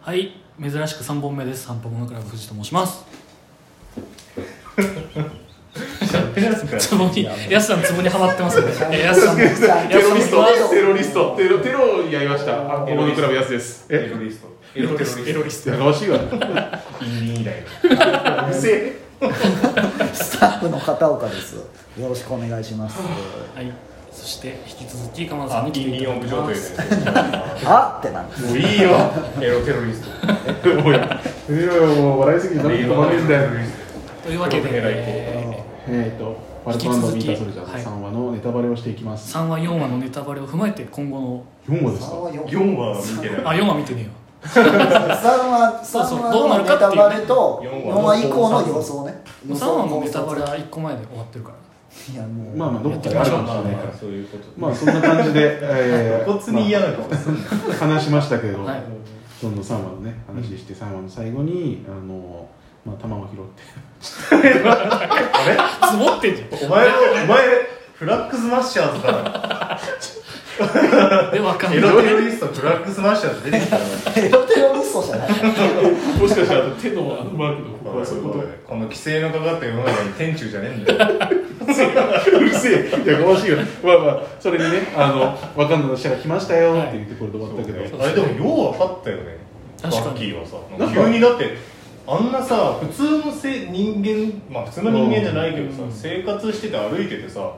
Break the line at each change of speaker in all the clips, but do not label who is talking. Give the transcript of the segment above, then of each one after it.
はい珍しく3本目です散歩モノクラブ藤と申します
テロリスト
ツボにやすさんツボにはまって ますねえやすさんもやすさんも
テロリスト、テロリスト、テロ、テロやりました。モノクラブやすです。
テロリストテロリスト
テロリス
やかましいわ。
トいいんだよ
うせえ。
スタッフの片岡です。よろしくお願いします。
トはいそして引き続き鎌田さんに来ていただき
状
ま
態
す
あってなんです。
もういいよエロテロリスト
もうや、いやいやもう笑いすぎて、なんで止まるんだよ。
というわけで、
偉い
え
えっと、パルコンドミータソルジャーズさん話のネタバレをしていきま
ー、
す。
3話4話のネタバレを踏まえて今後の
4話です
三は
か。
四
4話見て
あ
ない
4話見てねえよ
三は
そうそう
三話
どうな
の
る
ネ
か
タ
っていうね
バレと
四話
四話以降の予想ね。
もう3話のネタバレは1個前で終わってるから
いやもう。
まあまあ、どっかで
あ
あ
る
る
か
か
も
も
し
し
れなか
れないいからら。
そういうこと
まあ、そんな感じで、え
露骨に嫌な顔する
まあ話しましたけど、
はい
どんどん3話のね、話して3話の最後に、あの、まあ、玉を拾っ
ツ
て。
ボってんじゃん
お前もお前フラッグスマッシャーズだな
でわかんな
エ
い
ロテロリストフラッグスマッシャーズ出てきたな
テロテロリストじゃない。
もしかしたら手のあのマークの
この規制のかかった世の中に天柱じゃねえんだよ
うるせえやかましいよまあまあそれにねあの分かんないのしたら来ましたよっていうところで終わったけど、
あれでもよう分かったよね
確かに
バッキーはさ
なんか
急にだってあんなさ普通のせ人間まあ普通の人間じゃないけどさ、
うん
生活してて歩いててさあ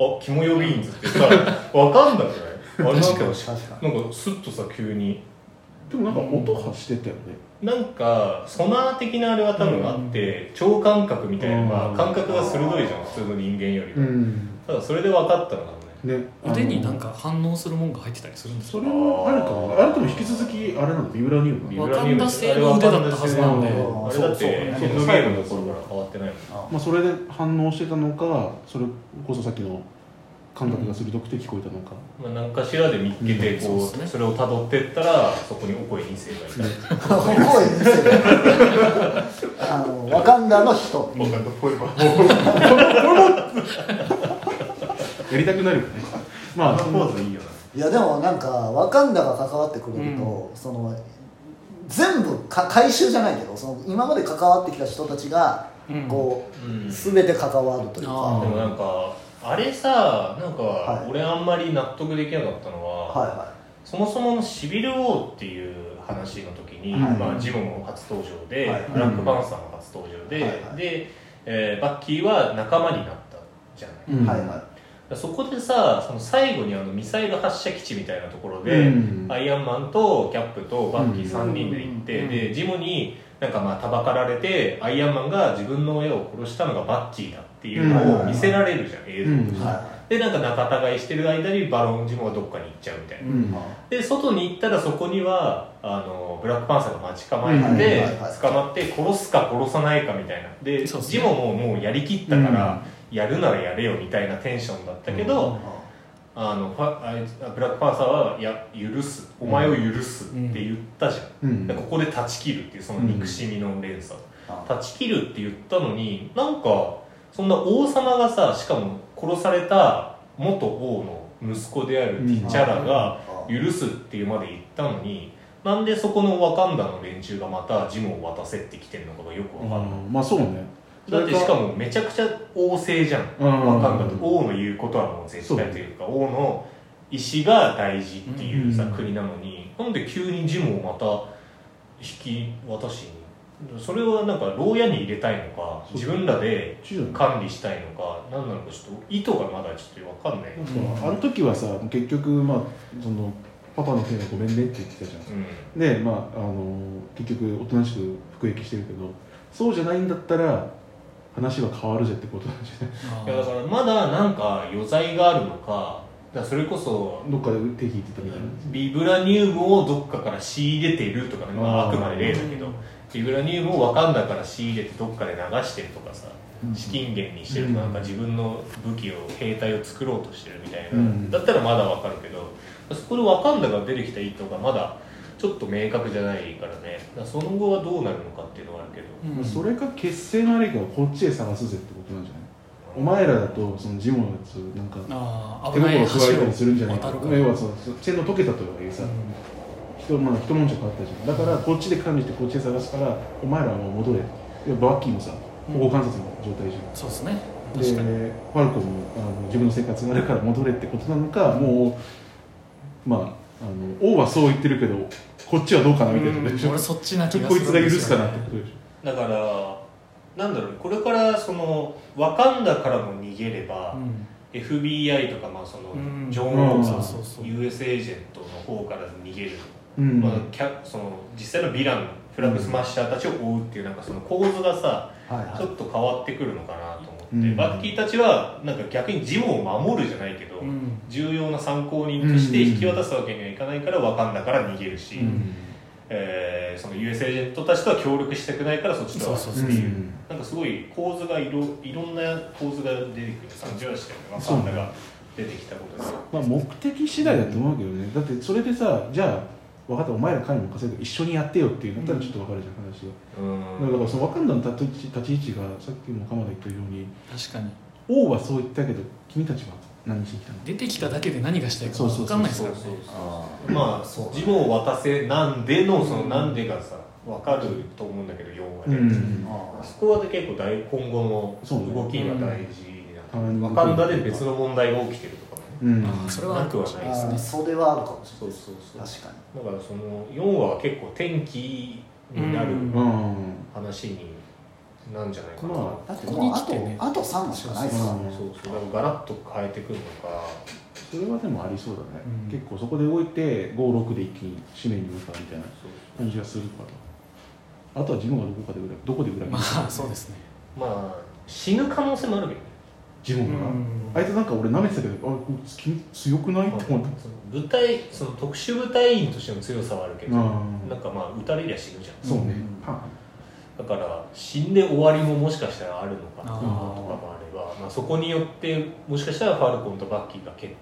あキモヨビーンズってさ 分かんなくないあれなんかなんか
確か
スッとさ急に
でもなんか音発してたよね、
なんかソナー的なあれは多分あって、超感覚みたいな、ま
う
あ、
ん
感覚が鋭いじゃん普通の人間よりは、
ん
ただそれで分かったのかもね
ね
腕になん
か
か反応するもんが入ってたりするんですよ
それもあるかもあれでも引き続きあれなのビブラニウム
ビ
ま
ブ
わ
ラ
か
ニウ
ん
ム
だ性の腕だったはずなので
うん
あれだってエン
そうそう
ドゲームの頃から変わってないもん
あそれで反応してたのかそれこそさっきの感覚が鋭くて聞こえたのか、
まあ、何かしらで見つけてこう、
うんそう
そ
ですね
れをたどってったらそこにお声に正がいた
ここへ見せる。あのワカンダの人。
僕の声は
やりたくなるよねまあ
あのポーズいいよない
やでもなんかワカンダが関わってくれると、その全部か回収じゃないけど、その今まで関わってきた人たちが
うん
こ
う
う、
んで
全て関わるというか。
あー
もなんかあれさなんか
い
俺あんまり納得できなかったのは、
はいは
そもそものシビル王っていう話の時に、
はい
まあ、ジムも初登場で、
はい
ブラックパンサーも初登場で、
はいはい
で、えーバッキーは仲間になったじゃない、
う
い、
ん
はいはい。
そこでさその最後にあのミサイル発射基地みたいなところで、
うん
アイアンマンとキャップとバッキー3人で行って、
うん
でジムになんかまあたばかられてアイアンマンが自分の親を殺したのがバッキーだっていうのを見せられるじゃん、映像として、
うん
は
でなんか仲違いしてる間にバロンジムはどっかに行っちゃうみたいな、
うん
で外に行ったらそこにはあのブラックパンサーが待ち構えて
はい
て
はいはい
捕まって殺すか殺さないかみたいなで
そうっすね
ジムももうやりきったから、やるならやれよみたいなテンションだったけど、
い。
あのファあいつブラックパンサーは「いや許すお前を許す」って言ったじゃん、
うん
でここで断ち切るっていうその憎しみの連鎖、
あ
断ち切るって言ったのになんかそんな王様がさしかも殺された元王の息子であるティチャラが「許す」っていうまで言ったのになんでそこのワカンダの連中がまたジムを渡せってきてるのかがよくわかんない、
あまあそうね
だってしかもめちゃくちゃ王制じゃん
うん
わかんない王の言うことはもう絶対というか王の意思が大事っていうさ、
うん
国なのになんで急にジムをまた引き渡しにそれはなんか牢屋に入れたいのか
そう
自分らで
知事だね
管理したいのか何なのかちょっと意図がまだちょっとわかんない、うん
あの時はさ結局まあそのパパの件はごめんねって言ってたじゃんでまああの結局おとなしく服役してるけどそうじゃないんだったら話は変わるぜってことなんじ ゃない
あ
いやだ
ー
からまだなんか余罪があるのかだからそれこそ
どっかで手引いてたみたいな
ビブラニウムをどっかから仕入れてるとかね、まあ、あ
あー
くまで例だけどビブラニウムをわかんだから仕入れてどっかで流してるとかさ資金源にしてるとか
う
なんんか自分の武器を兵隊を作ろうとしてるみたいな、
うん
だったらまだわかるけどそこでわかんだが出てきた意図がまだちょっと明確じゃないからねだからその後はどうなるのかっていうのはあるけど、
うん
それか結成のあれかをこっちへ探すぜってことなんじゃないお前らだとそのジムのやつなんか
あー
手
危ない
袋を加えた
橋
りするんじゃない
を渡
か
るか
要はそのチェーンの溶けたとかいうさ、
うん
人人まあ一文字変わったじゃんだからこっちで管理してこっちで探すからお前らはもう戻れいやバッキーもさ
うん
保護観察の状態じゃん
そうですね
で
確かに
ファルコンもあの自分の生活があるから戻れってことなのかもうまああの王はそう言ってるけどこっちはどうかなみたいなことでし
うん
ょ
俺そっちな気がす
こ
る
いつが許すかなっ
ん
て
です
こ
よ
とでし
だからなんだろうこれからそのワカンダからも逃げれば、
うん、
FBI とかまあその
うん
ジョン・ウォーカ
そうそうそう
ー US エージェントの方から逃げる、
ょうん
まあ、キャその実際のヴィランフラッグスマッシャーたちを追うっていうなんかその構図がさ
はいは
ちょっと変わってくるのかなと思って、
うん
バッキーたちはなんか逆にジムを守るじゃないけど、
うん
重要な参考人として引き渡すわけにはいかないからワカンダから逃げるし、
うん
えーその US エージェントたちとは協力したくないからそっちとは
そう
う
そ
ん
う
なんかすごい構図がいろいろんな構図が出てくる30足でワ
そ
カ
う
ンダが出てきたことです
まあ、目的次第だと思うけどねだってそれでさじゃあ分かったお前ら彼に任せるから一緒にやってよっていうなったらちょっと分かるじゃん話が、
うん
だからその分かんだの立ち立ち位置がさっきも鎌田言ったように
確かに
王はそう言ったけど君たちは何しに来たの
出てきただけで何がしたいか
そうそうそう
分かんないです
そ
から
う
ね
そうそう
あ
まあ
そう
字も渡せなんでのそのなんでがさ分かると思うんだけど4話で、
ああ
そこはで結構大今後
そうね
の動きが大事になって
たまに
ワカンダで別の問題が起きてるとかね
うん
あーそれは
なくはないです
あ
ね
あそれはあるかもし
そうそう
れ
そう
ない確かに
だからその4話は結構天気になる
うん
うん
話になんじゃないかな、
ま
だってもうあ
ここに来てね
とあと3話しかないですから
あ
ね
そうそうだからガラッと変えてくるのか
それはでもありそうだね、
うん
結構そこで動いて56で一気に使命に向かうみたいな
そう
感じがするからあとは自分がどこかで裏どこで裏切る
ま
か
あそうですね
まあ死ぬ可能性もあるけどね
自分が、
うん
あいつなんか俺舐めてたけどあこいつ君強くないって思った
その部隊その特殊部隊員としての強さはあるけど、
うん
なんかまあ撃たれりゃ死ぬじゃん
そうね、
うん
パン
だから死んで終わりももしかしたらあるのかな
あ
と
ー
かもあればまあ、そこによってもしかしたらファルコンとバッキーが結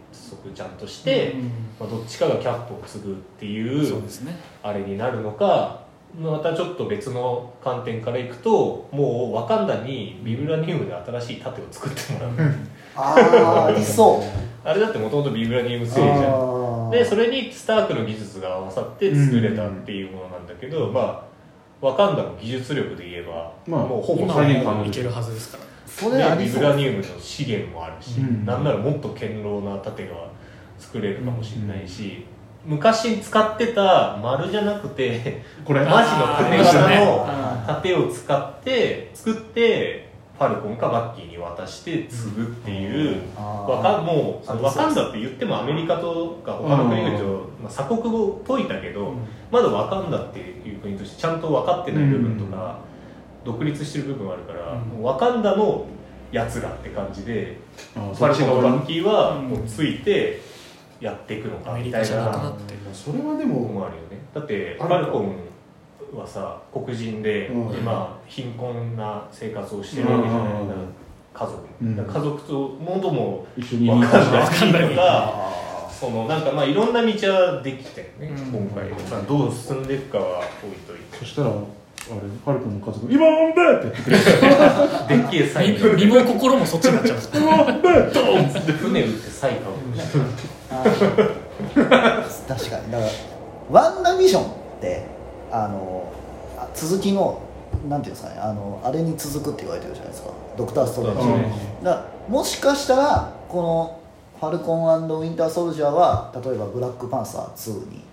束ちゃんとして、
うん
まあ、どっちかがキャップを継ぐってい
そう
う
ですね
あれになるのかまたちょっと別の観点からいくともうワカンダにビブラニウムで新しい盾を作ってもらう、
ああありそう
あれだってもともとビブラニウム製じゃん
ああ
でそれにスタークの技術が合わさって作れたっていうものなんだけど、まあワカンダの技術力で言えば、
まあ
もうほぼ
今
再現可
は
能
いけるはずですから
それあ
ね
り
ビ
そ
ブラ
う
ニウムの資源もあるし、
うん
なんならもっと堅牢な盾が作れるかもしれないし、昔使ってた丸じゃなくて
これ
マジ
あ
の
あーあ
縦
りました
型
ね
の盾を使って作ってファルコンかバッキーに渡して継ぐっていう。わか
あ
もうそのわかんだって言ってもアメリカとか他の国々と、まあ、鎖国語っぽいだけど、
うん
まだわかんだっていう国としてちゃんと分かってない部分とか、独立してる部分はあるから、
うん
もうわかんだのやつらって感じで、
ー
ファ
そ
ル
っち
コン
が
の
俺
バッキーは
うん
もうついてやっていくのか
アメ
み
リ
た
カ
い
じゃなく
な
なって
それはで
の
も
もあるよねだってファルコンはさ黒人で、
うん
今貧困な生活をしてるわけじゃない、
うん
だから家族、
うん
だから家族ともども
一緒に
わかんない
かんない
と
あ
か
ああ
そのなんかまあいろんな道はできてね、
うん
今回、まあ、どう進んでいくかは置いといて
そしたらあれファルコンの家族「今ワンベー!」ってやってくれる
でっけえサイカ
身も心もそっちになっちゃうんです
「ワンベー!」ドーン
船売ってサイカを
あー確かにだからワンダビジョンってあのあ続きのなんていうんですかねあのあれに続くって言われてるじゃないですかドクター・ストレンジ
そう
だ
だ
か
ね
らもしかしたらこのファルコンウィンター・ソルジャーは例えばブラックパンサー2に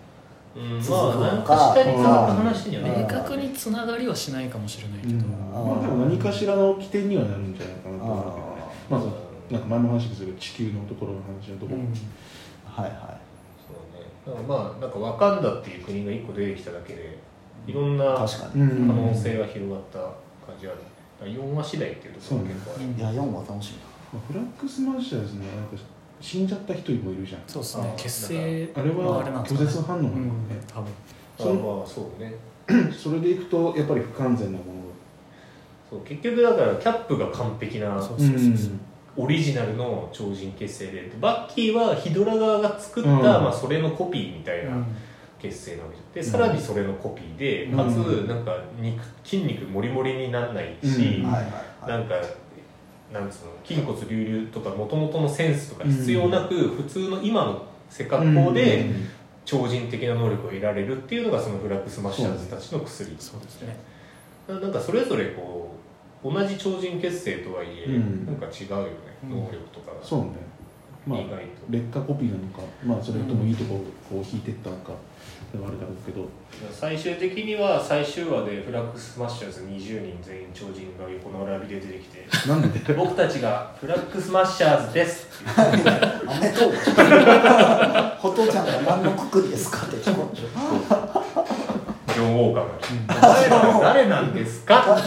うん
続く
まあ
の
なん
か
か下に変わる話には
う
明
ね
ん
確につながりはしないかもしれないけ
う
ど、
んまあでも何かしらの起点にはなるんじゃないかなと思うけどね
あ
まずなんか前も話ですけど地球のところの話のところ、
ーはいは
そうねだからまあなんかワカンダっていう国が一個出てきただけでいろんない可
確か
う
に、
ん
能性が広がった感じはある、ねだから4話次第っていうところが結構ある、
うん
いや4は楽しみ
まあフラッグスマッシャーですねなんか死んじゃった人もいるじゃん
そうです
あ
ね
ー
結成
あれ
の
は
なんです
拒
かね
絶反応なのかね、
うん多分
だからまあそうね
それでいくとやっぱり不完全なもの
そう結局だからキャップが完璧な
そうそうそうそう
オリジナルの超人結成でバッキーはヒドラ側が作った、
うん
まあ、それのコピーみたいな
う
結成なわけじゃんで
うん
さらにそれのコピーで、
うん
かつなんか肉筋肉もりもりにならないし、
うん
はいはい
な
はい
んかなんつうの筋骨隆々とかもともとのセンスとか必要なく、普通の今の背格好
う
で
ん
超人的な能力を得られるっていうのがそのフラッグスマッシャーズたちの薬
そうですね
ななんかそれぞれこう同じ超人結成とはいえ、
うん
なんか違うよね
うん
能力とかが、
そうねまあ
意外と
劣化コピーなのか、まあ、それともいいとこをこう引いてったのかでもあるだろうけど、
最終的には最終話でフラッグスマッシャーズ20人全員超人が横並びで出てきて
なんで
僕たちがフラッグスマッシャーズですっていう
あれ とホトちゃんが何のくくりですかって聞こえ
ジョン・ウォーカーが誰が誰なんですか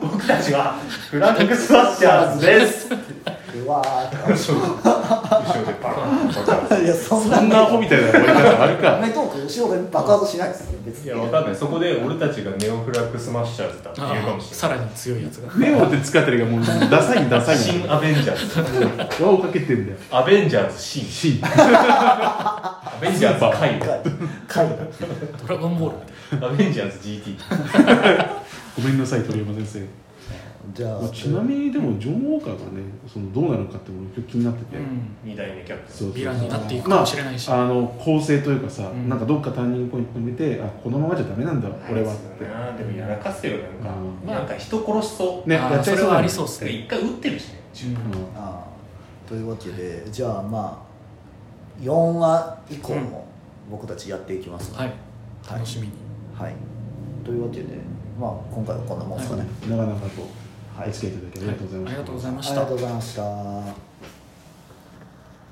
僕たちはフラッグスマッシャーズです
うわー
後ろでバカンと爆
っていやそんな
そんな アホみたいな終わり方ある
ア
か
メトーク後ろで爆発しないですね別
発
に
いやわかんないそこで俺たちがネオフラッグスマッシャーズだって言うかもし
さらに強いやつが
ネオって使ったりがもうダサいんダ
れな
サ
い
いん
新アベンジャーズ
輪をかけてんだよ
アベンジャーズ新
C
アベンジャーズ回
回回だ
ドラゴンボールみたい
アベンジャーズ GT
ごめんなさい鳥山先
じゃ
生、
あ
まあ、ちなみにでもジョン・ウォーカーがねそのどうなるかって俺今日気になってて、
な、うん、
2代目キャプテ
そ
ン
うそうそう
ヴィランになっていくかもしれないし、
あの構成というかさ、
うん
なんかどっかターニングポイント見てあこのままじゃダメなんだ俺は
あ
っ
い
て
つだなでもやらかすよなんか、
うん
なんか人殺しそう
ね
あー
やっちゃいそう
れは
だ
あ
ね
りそうですね、
一回撃ってるしね
うん
うん
あーというわけでじゃあまあ4話以降も僕たちやっていきますので
はい楽しみに、
はいというわけでまあ今回はこんなもんですかね
長々と
はい
お付き合いいただきありがとうございま
あ
し
り
た
がとうございま
あ
し
り
た
がとうございました